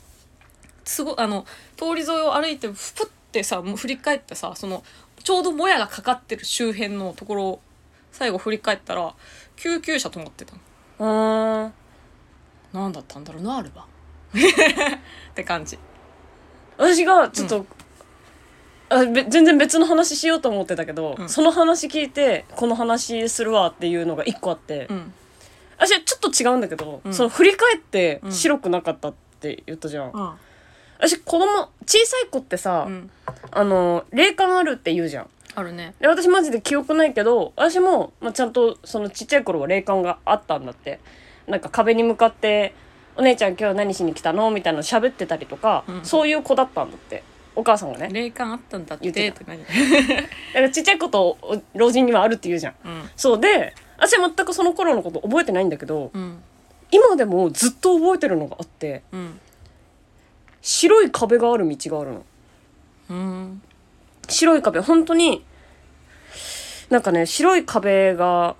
B: すごあの通り沿いを歩いてふぷってさもう振り返ってさそのちょうどもやがかかってる周辺のところを最後振り返ったら救急車止まってたの
A: あー
B: 何だったんだろうなあれは って感じ
A: 私がちょっと、あべ全然別の話しようと思ってたけど、
B: うん
A: その話聞いてこの話するわっていうのが一個あって、
B: うん
A: 私はちょっと違うんだけど、
B: うん
A: その振り返って
B: うん
A: 白くなかったって言ったじゃん、
B: うん
A: 私子供小さい子ってさ、
B: うん
A: あの霊感あるって言うじゃん
B: あるね
A: で私マジで記憶ないけど私も、まあ、ちゃんとそのちっちゃい頃は霊感があったんだってなんか壁に向かって「お姉ちゃん今日何しに来たの?」みたいなの喋ってたりとか、
B: うん
A: そういう子だったんだってお母さんがね
B: 霊感あったんだって
A: 言ってた
B: とか何
A: だからちっちゃい子とお老人にはあるって言うじゃん
B: うん
A: そうで私は全くその頃のこと覚えてないんだけど
B: うん
A: 今でもずっと覚えてるのがあって
B: うん
A: 白い壁がある道があるの
B: うん
A: 白い壁本当になんかね白い壁が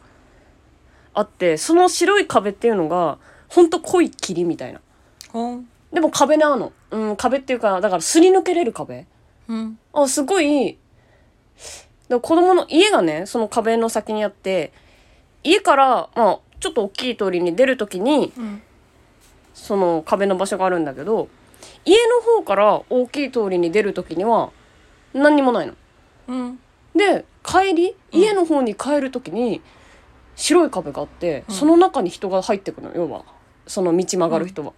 A: あってその白い壁っていうのが本当濃い霧みたいな
B: ほん
A: でも壁なのうん壁っていうかだからすり抜けれる壁
B: うん
A: あすごいで子供の家がねその壁の先にあって家からまあちょっと大きい通りに出る時に
B: うん
A: その壁の場所があるんだけど家の方から大きい通りに出る時には何にもないの。
B: うん
A: で帰り
B: うん
A: 家の方に帰る時に白い壁があって、
B: うん
A: その中に人が入ってくの要はその道曲がる人は。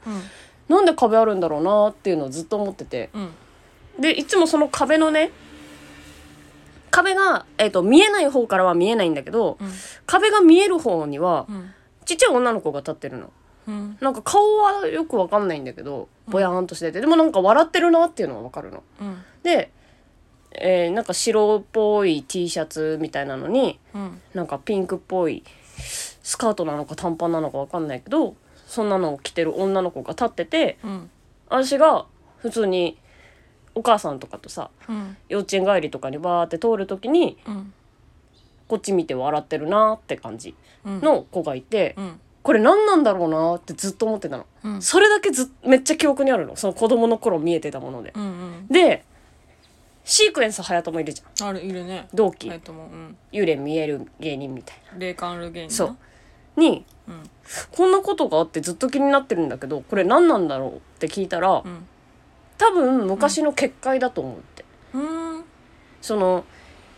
A: なんで壁あるんだろうなっていうのをずっと思ってて
B: うん
A: でいつもその壁のね壁が、えっと見えない方からは見えないんだけど
B: うん
A: 壁が見える方には
B: うん
A: ちっちゃい女の子が立ってるの
B: うん
A: なんか顔はよくわかんないんだけどぼやーんとしててでもなんか笑ってるなっていうのはわかるの
B: うん
A: で、えーなんか白っぽい T シャツみたいなのに
B: うん
A: なんかピンクっぽいスカートなのか短パンなのかわかんないけどそんなのを着てる女の子が立ってて
B: うん
A: 私が普通にお母さんとかとさ
B: うん
A: 幼稚園帰りとかにバーって通る時に
B: うん
A: こっち見て笑ってるなーって感じ
B: うん
A: の子がいて
B: うん
A: これ何なんだろうなーってずっと思ってたの
B: うん
A: それだけずめっちゃ記憶にあるのその子供の頃見えてたもので
B: うんうん
A: でシークエンス隼人もいるじゃん
B: あるいるね
A: 同期
B: えっともうん
A: 幽霊見える芸人みたい
B: 霊感ある芸人
A: な
B: な
A: そうに
B: うん
A: こんなことがあってずっと気になってるんだけどこれ何なんだろうって聞いたら
B: うん
A: 多分昔の結界だと思うって
B: うん
A: その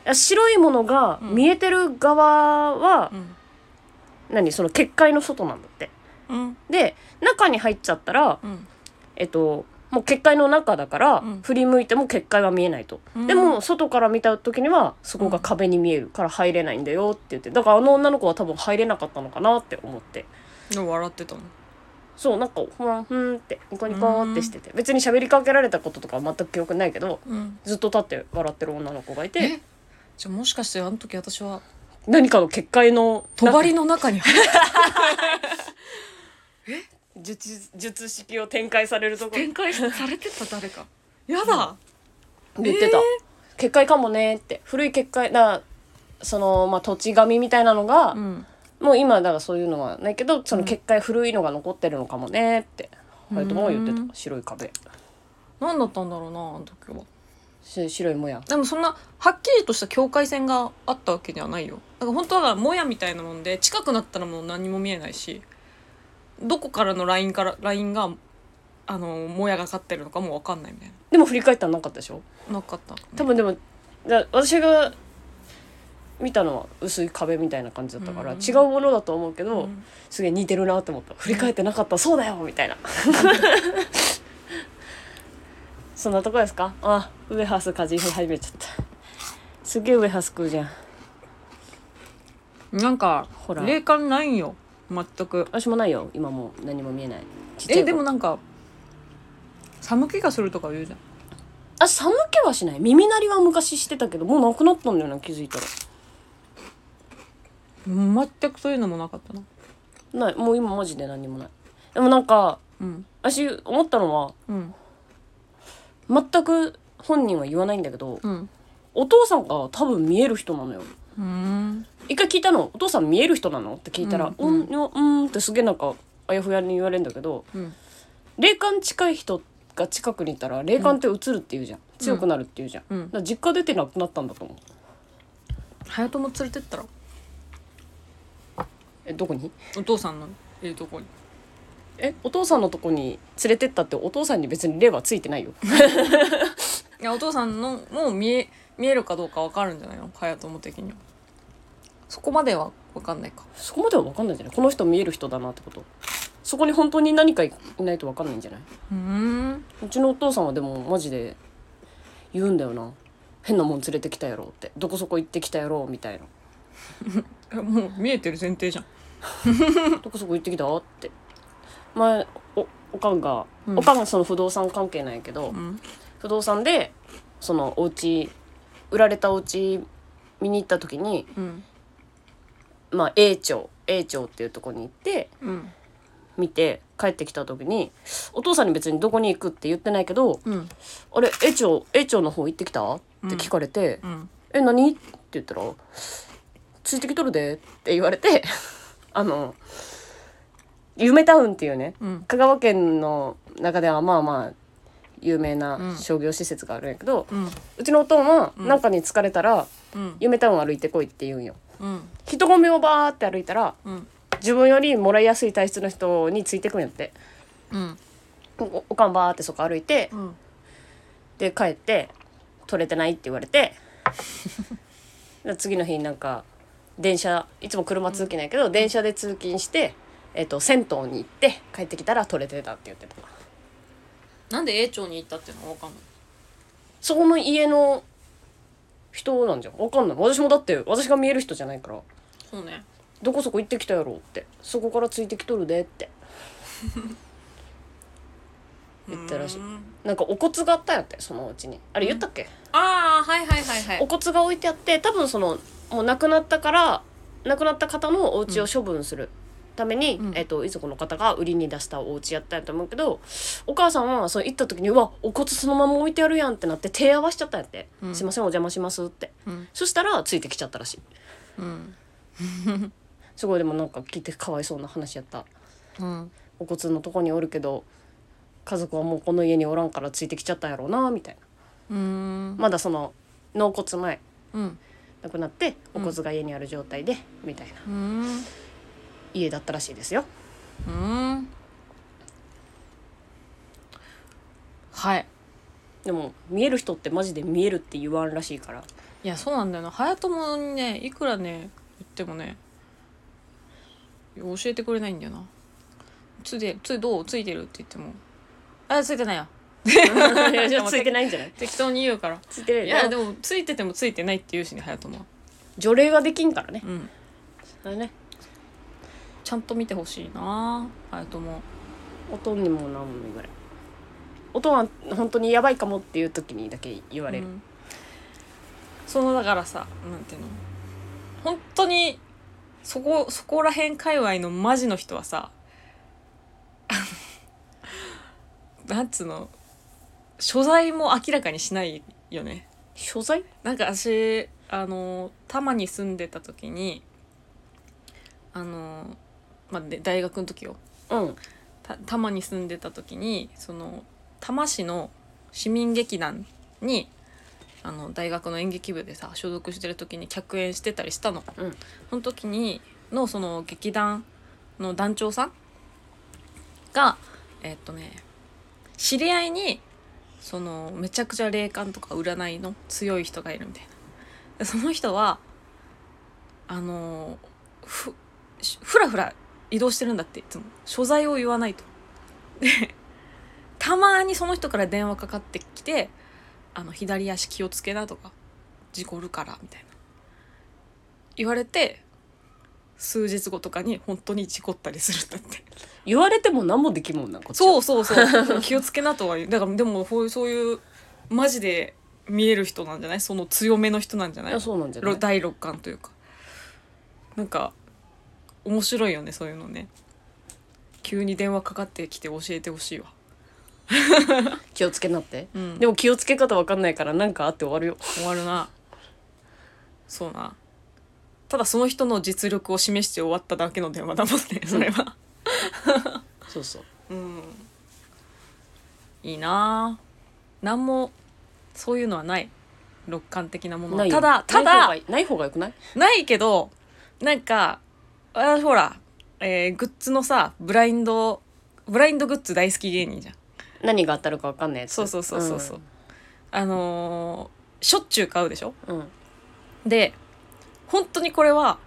A: あ白いものが
B: うん
A: 見えてる側は、
B: うん
A: 何その結界の外なんだって
B: うん
A: で中に入っちゃったら
B: うん
A: えっともう結界の中だから、
B: うん
A: 振り向いても結界は見えないと、
B: うん
A: でも外から見た時にはそこが壁に見えるから入れないんだよって言ってだからあの女の子は多分入れなかったのかなって思って
B: でも笑ってたの
A: そうなんかふわんふんってニコニコってしてて別に喋りかけられたこととかは全く記憶ないけど
B: うん
A: ずっと立って笑ってる女の子がいて
B: えじゃあもしかしてあの時私は
A: 何かの結界の
B: 帳の中に入っ
A: 術術式を展開されるところ
B: 展開されてた誰かやだ
A: 言ってた、結界かもねって古い結界だからそのまあ土地神みたいなのが、
B: ん
A: もう今だからそういうのはないけどその結界古いのが残ってるのかもねって
B: うん
A: ハヤトも言って
B: うん
A: た白い壁
B: 何だったんだろうなあの時は
A: し白いもや
B: でもそんなはっきりとした境界線があったわけではないよだから本当はもやみたいなもんで近くなったらもう何も見えないしどこからのラインからラインがあのもやがかってるのかもわかんないみたい
A: でも振り返ったらなかったでしょ
B: ななかった
A: 多分でもだ私が見たのは薄い壁みたいな感じだったから、
B: うん
A: 違うものだと思うけ
B: う
A: ど、
B: ん
A: すげえ似てるなって思った振り返ってなかったそうだよみた いなそんなとこですかあウエハース風邪ひ始めちゃったすげえウエハース食うじゃん
B: なんか
A: ほら
B: 霊感ないんよ全く
A: 私もないよ今もう何も見えないちっちゃい
B: え
A: 頃
B: でもなんか寒気がするとか言うじゃん
A: あ寒気はしない耳鳴りは昔してたけどもうなくなったんだよな気づいたら
B: 全くそういうのもなかったな
A: ないもう今マジで何にもないでもなんか
B: うん
A: 私思ったのは
B: うん
A: 全く本人は言わないんだけど、
B: うん
A: お父さんが多分見える人なのよ
B: うん
A: 一回聞いたの「お父さん見える人なの?」って聞いたら「
B: う
A: うん
B: うん
A: ん、いやうん」ってすげえなんかあやふやに言われるんだけど
B: うん
A: 霊感近い人が近くにいたら霊感って映るって言うじゃん、強くなるって言うじゃん、
B: うん
A: だから実家出てなくなったんだと思う
B: 隼人も連れてったら
A: えどこに
B: お父さんのいるとこに
A: えお父さんのとこに連れてったってお父さんに別に霊はついてないよ
B: いやお父さんのもう見え見えるかどうかわかるんじゃないの隼人的にはそこまではわかんないか
A: そこまでは分かんないんじゃないこの人見える人だなってことそこに本当に何かいないと分かんないんじゃない
B: うん
A: うちのお父さんはでもマジで言うんだよな変なもん連れてきたやろってどこそこ行ってきたやろみたいな
B: もう見えてる前提じゃん
A: どこそこ行ってきたって前おおかんが、
B: うん
A: おかんがその不動産関係なんやけど、
B: ん
A: 不動産でそのお家売られたお家見に行った時に、
B: うん
A: まあ、A 町 A 町っていうとこに行って
B: うん
A: 見て帰ってきた時にお父さんに別にどこに行くって言ってないけど
B: うん
A: 「あれ A 町 A 町の方行ってきた?」って聞かれて。
B: うん
A: え何って言ったら「ついてきとるで」って言われて あの夢タウンっていうね
B: うん
A: 香川県の中ではまあまあ有名な商業施設があるんやけど、う
B: うん
A: ちのおとんは
B: うん
A: なんかに疲れたら
B: うん
A: 夢タウン歩いてこいって言うんよ。
B: うん
A: 人混みをバーって歩いたら
B: うん
A: 自分よりもらいやすい体質の人についてくんやって
B: うん
A: おおかんバーってそこ歩いて
B: うん
A: で帰って「取れてない」って言われて で次の日なんか電車いつも車通勤なんやけど、電車で通勤して、えっと銭湯に行って帰ってきたら取れてたって言ってた
B: なんで A 町に行ったっていうのがわかんない
A: そこの家の人なんじゃんわかんない私もだって私が見える人じゃないから
B: そうね
A: どこそこ行ってきたやろってそこからついてきとるでって 言ったらしいなんかお骨があったんやってそのうちにあれ言ったっけ、
B: ああはいはいはいは
A: お骨が置いてあって多分そのもう亡くなったから亡くなった方のお家を処分するために、
B: うん
A: えっといずこの方が売りに出したお家やったんやと思うけどお母さんはそう行った時に「うわお骨そのまま置いてあるやん」ってなって手合わしちゃったんやって「
B: うん
A: すいませんお邪魔します」って
B: うん
A: そしたらついてきちゃったらしい
B: うん
A: すごいでもなんか聞いてかわいそうな話やった
B: うん
A: お骨のとこにおるけど家族はもうこの家におらんからついてきちゃったんやろうなみたいな
B: うん
A: まだその納骨前
B: うん
A: 亡くなってお骨が家にある状態で、みたいな
B: うん
A: 家だったらしいですよ
B: うんはい
A: でも見える人ってマジで見えるって言わんらしい から
B: いやそうなんだよな隼人もねいくらね言ってもね教えてくれないんだよな「ついてついどうついてる?」って言っても「あついてないよ
A: いやじゃあついてないんじゃない」
B: 適当に言うから
A: ついてない
B: い
A: い
B: や
A: やで
B: で
A: も
B: もついててもついてないって言うしね隼人も
A: 除霊ができんからね
B: うん
A: あれね
B: ちゃんと見てほしいな隼人も
A: おとんにも何もぐらいおとんは本当にやばいかもっていう時にだけ言われる、
B: うんそのだからさなんていうの本当にそこそこら辺界隈のマジの人はさ あのなんつうの所在も明らかにしないよね
A: 所在
B: なんか私あの多摩に住んでた時にあの、まあ、で大学の時よ
A: うん
B: た多摩に住んでた時にその多摩市の市民劇団にあの大学の演劇部でさ所属してる時に客演してたりしたの、
A: うん
B: その時にのその劇団の団長さんがえっとね知り合いにそのめちゃくちゃ霊感とか占いの強い人がいるみたいなでその人はあのふしふらふら移動してるんだっていつも所在を言わないとでたまにその人から電話かかってきて「あの左足気をつけな」とか「事故るから」みたいな言われて数日後とかに本当に事故ったりするんだって
A: 言われても何もできんもんなこっち
B: そううそうそう気をつけなとは言うだからでもこういうそういうマジで見える人なんじゃないその強めの人なんじゃない
A: やそうなんじゃな
B: ろ
A: い
B: 第六感というかなんか面白いよねそういうのね急に電話かかってきて教えてほしいわ
A: 気をつけなって、
B: うん
A: でも気をつけ方わかんないからなんかあって終わるよ
B: 終わるなそうなただその人の実力を示して終わっただけの電話だもんねそれは
A: そうそう
B: うんいいな何もそういうのはない六感的なものは
A: ないよ
B: ただた
A: ない方
B: だ
A: がいいない方がよくない
B: ないけどなんか私ほら、えーグッズのさブラインドブラインドグッズ大好き芸人じゃん
A: 何が当たるかわかんないやつ
B: そうそうそうそうそう、あのーしょっちゅう買うでしょ
A: うん、うん
B: で本当にこれは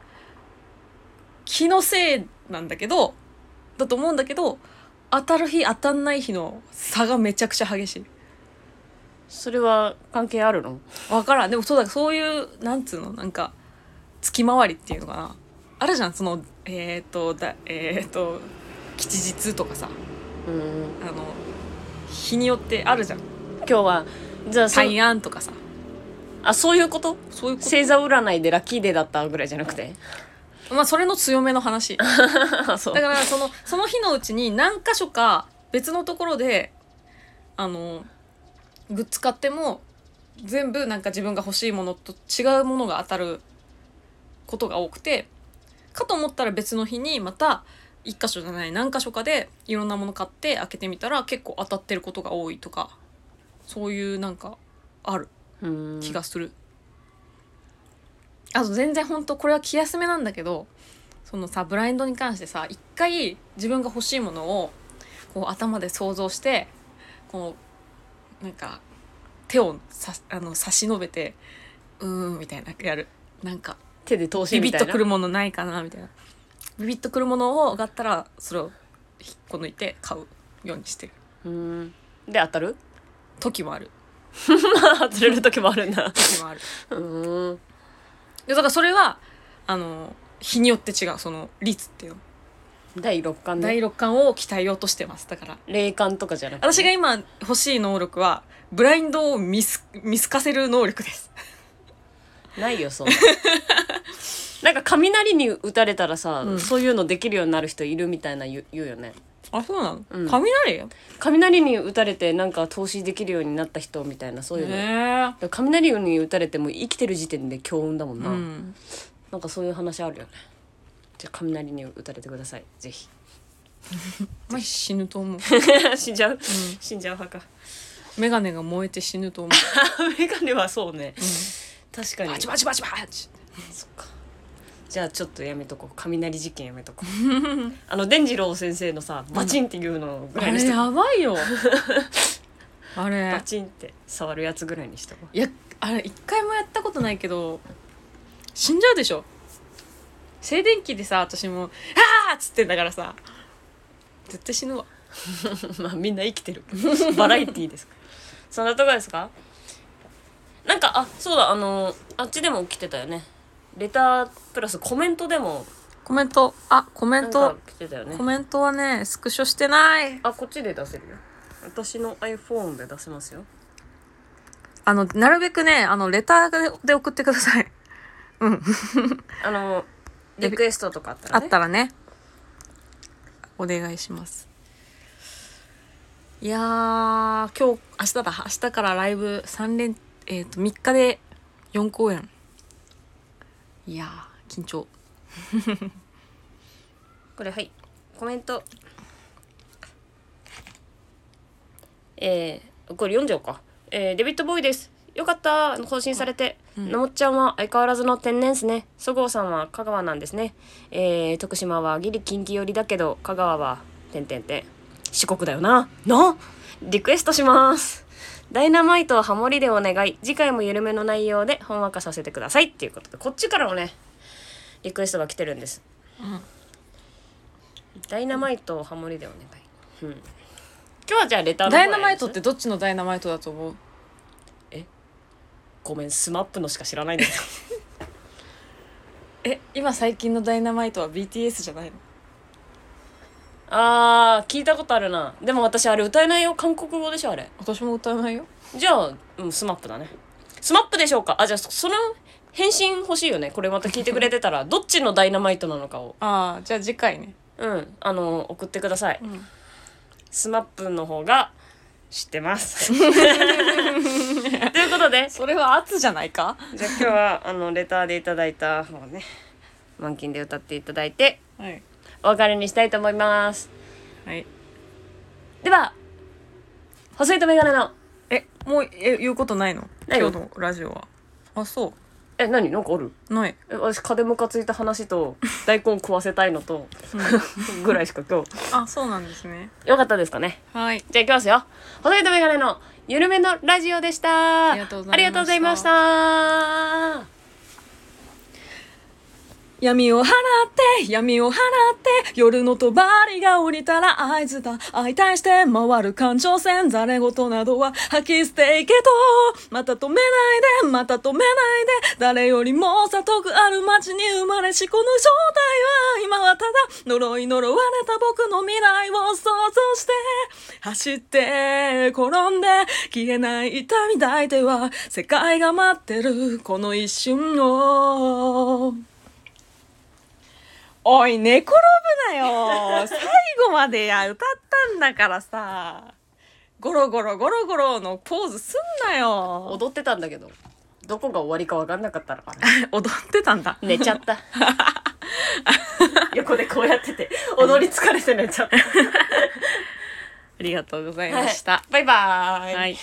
B: 気のせいなんだけどだと思うんだけど当たる日当たんない日の差がめちゃくちゃ激しい
A: それは関係あるの
B: わからんでもそうだそういうなんつうのなんか月回りっていうのかなあるじゃんそのえっ、とだえっ、と吉日とかさ
A: うん
B: あの日によってあるじゃん
A: 今日はじゃあそ
B: 大安とかさ
A: あそういうこと
B: そういうこ
A: 星座占いでラッキーデーだったぐらいじゃなくて
B: とまあそれの強めの話
A: あそう
B: だからそのその日のうちに何箇所か別のところであのグッズ買っても全部なんか自分が欲しいものと違うものが当たることが多くてかと思ったら別の日にまた一箇所じゃない何箇所かでいろんなもの買って開けてみたら結構当たってることが多いとかそういうなんかある
A: うん
B: 気がする、あと全然本当これは気休めなんだけどそのさブラインドに関してさ一回自分が欲しいものをこう頭で想像してこうなんか手をさあの差し伸べてうーんみたいなやるなんか
A: 手で通し
B: ビ
A: み
B: ビッ
A: た
B: と
A: いな
B: くるものないかなみたいなビビッとくるものをがったらそれを引っこ抜いて買うようにしてる
A: うんで当たる
B: 時もある
A: 外れる時もあるんだ
B: 時もある
A: うん
B: いやだからそれはあの日によって違うその率っていうの、
A: 第六感
B: 第
A: ね
B: 六感を鍛えようとしてますだから
A: 霊感とかじゃなくて
B: 私が今欲しい能力はブラインドを見す見透かせる能力です
A: ないよそんな なんか雷に打たれたらさ、
B: うん
A: そういうのできるようになる人いるみたいな言う言うよね
B: あそうなの、
A: うん
B: 雷よ
A: 雷に打たれてなんか投資できるようになった人みたいなそういうの、
B: ね
A: でも雷に打たれても生きてる時点で強運だもん
B: え
A: な、
B: うん
A: なんかそういう話あるよねじゃあ雷に打たれてくださいぜひ
B: まあ死ぬと思う
A: 死んじゃう、死んじゃう派か
B: 眼鏡が燃えて死ぬと思
A: 眼鏡はそうね
B: う、う
A: 確か
B: ん、
A: に
B: バチバチバチバチ
A: そっかじゃあちょっとやめとこう雷事件やめとこう あの伝次郎先生のさバチンっていうのぐら
B: あ
A: いに
B: れ
A: しとこう
B: やば いよあれ
A: バチンって触るやつぐらいにしとこう
B: いやあれ一回もやったことないけど死んじゃうでしょ静電気でさ私も「あーっつってんだからさ絶対死ぬわ
A: まあみんな生きてるけ どバラエティーですからそんなとこですかなんかあそうだあのあっちでも来てたよねレタープラスコメントでも
B: コメントあコメ
A: な
B: ン
A: ん
B: ト
A: か来てたよね
B: コメントはねスクショしてない
A: あこっちで出せるよ私の iPhone で出せますよ
B: あのなるべくねあのレターで送ってください
A: あのリクエストとかあった
B: あ
A: ら、ね、
B: ったらねお願いしますいやー今日明日だ明日からライブ3連えっ、と3日で4公演いやー緊張
A: これはいコメントえー、これ読んじゃおうか、えー、デビッド・ボーイですよかった更新されて、のもっちゃんは相変わらずの天然っすねそごうさんは香川なんですねえー、徳島はギリ近畿寄りだけど香川はてんてんてん四国だよなのリクエストしますダイナマイトはハモリでお願い次回も緩めの内容でほんわかさせてくださいっていうことでこっちからもねリクエストが来てるんですダイナマイトをハモリでお願い。うん。今日はじゃあレターの方
B: ダ
A: や
B: イ
A: ります
B: ナマイトってどっちのダイナマイトだと思う
A: ごめんスマップのしか知らないん だけど
B: え今最近のダイナマイトは BTS じゃないの
A: あー聞いたことあるなでも私あれ歌えないよ韓国語でしょあれ
B: 私も歌わないよ
A: じゃあ、うん、スマップだねスマップでしょうかあじゃあそその返信欲しいよねこれまた聞いてくれてた らどっちのダイナマイトなのかを
B: ああじゃあ次回ね
A: うんあの送ってください、
B: ん
A: スマップの方が知って ます。ということで、
B: それは圧じゃないか
A: じゃあ今日はあのレターでいただいた方をね、満金で歌っていただいて
D: はい
A: お別れにしたいと思います。
D: はい
A: では、細いとメガネの
D: えもうえ言うことないの
A: ないよ
D: 今日のラジオはあそ
A: え何なんかある？
D: うない
A: え私風ムカついた話と大根食わせたいのとぐらいしか今日
D: あそうなんですね
A: よかったですかね。
D: はい
A: じゃあ行きますよ。細いとメガネの緩めのラジオでした。
D: ありがとうございました
A: ありがとうございました。
B: 闇を払って、闇を払って、夜の帳が降りたら合図だ。相対して回る感情線、ざれ事などは吐き捨ていけと。また止めないで、また止めないで、誰よりも里くある街に生まれし、この正体は今はただ呪い呪われた僕の未来を想像して、走って、転んで、消えない痛み抱いては、世界が待ってる、この一瞬を。おい寝転ぶなよ最後までや歌ったんだからさゴロゴロゴロゴロのポーズすんなよ
A: 踊ってたんだけど、どこが終わりか分かんなかったら、あれ
D: 踊ってたんだ
A: 寝ちゃった。 横でこうやってて、踊り疲れて寝ちゃった。
D: ありがとうござい
A: は
D: ま
A: い
D: した、
A: バイバーイ。
D: はい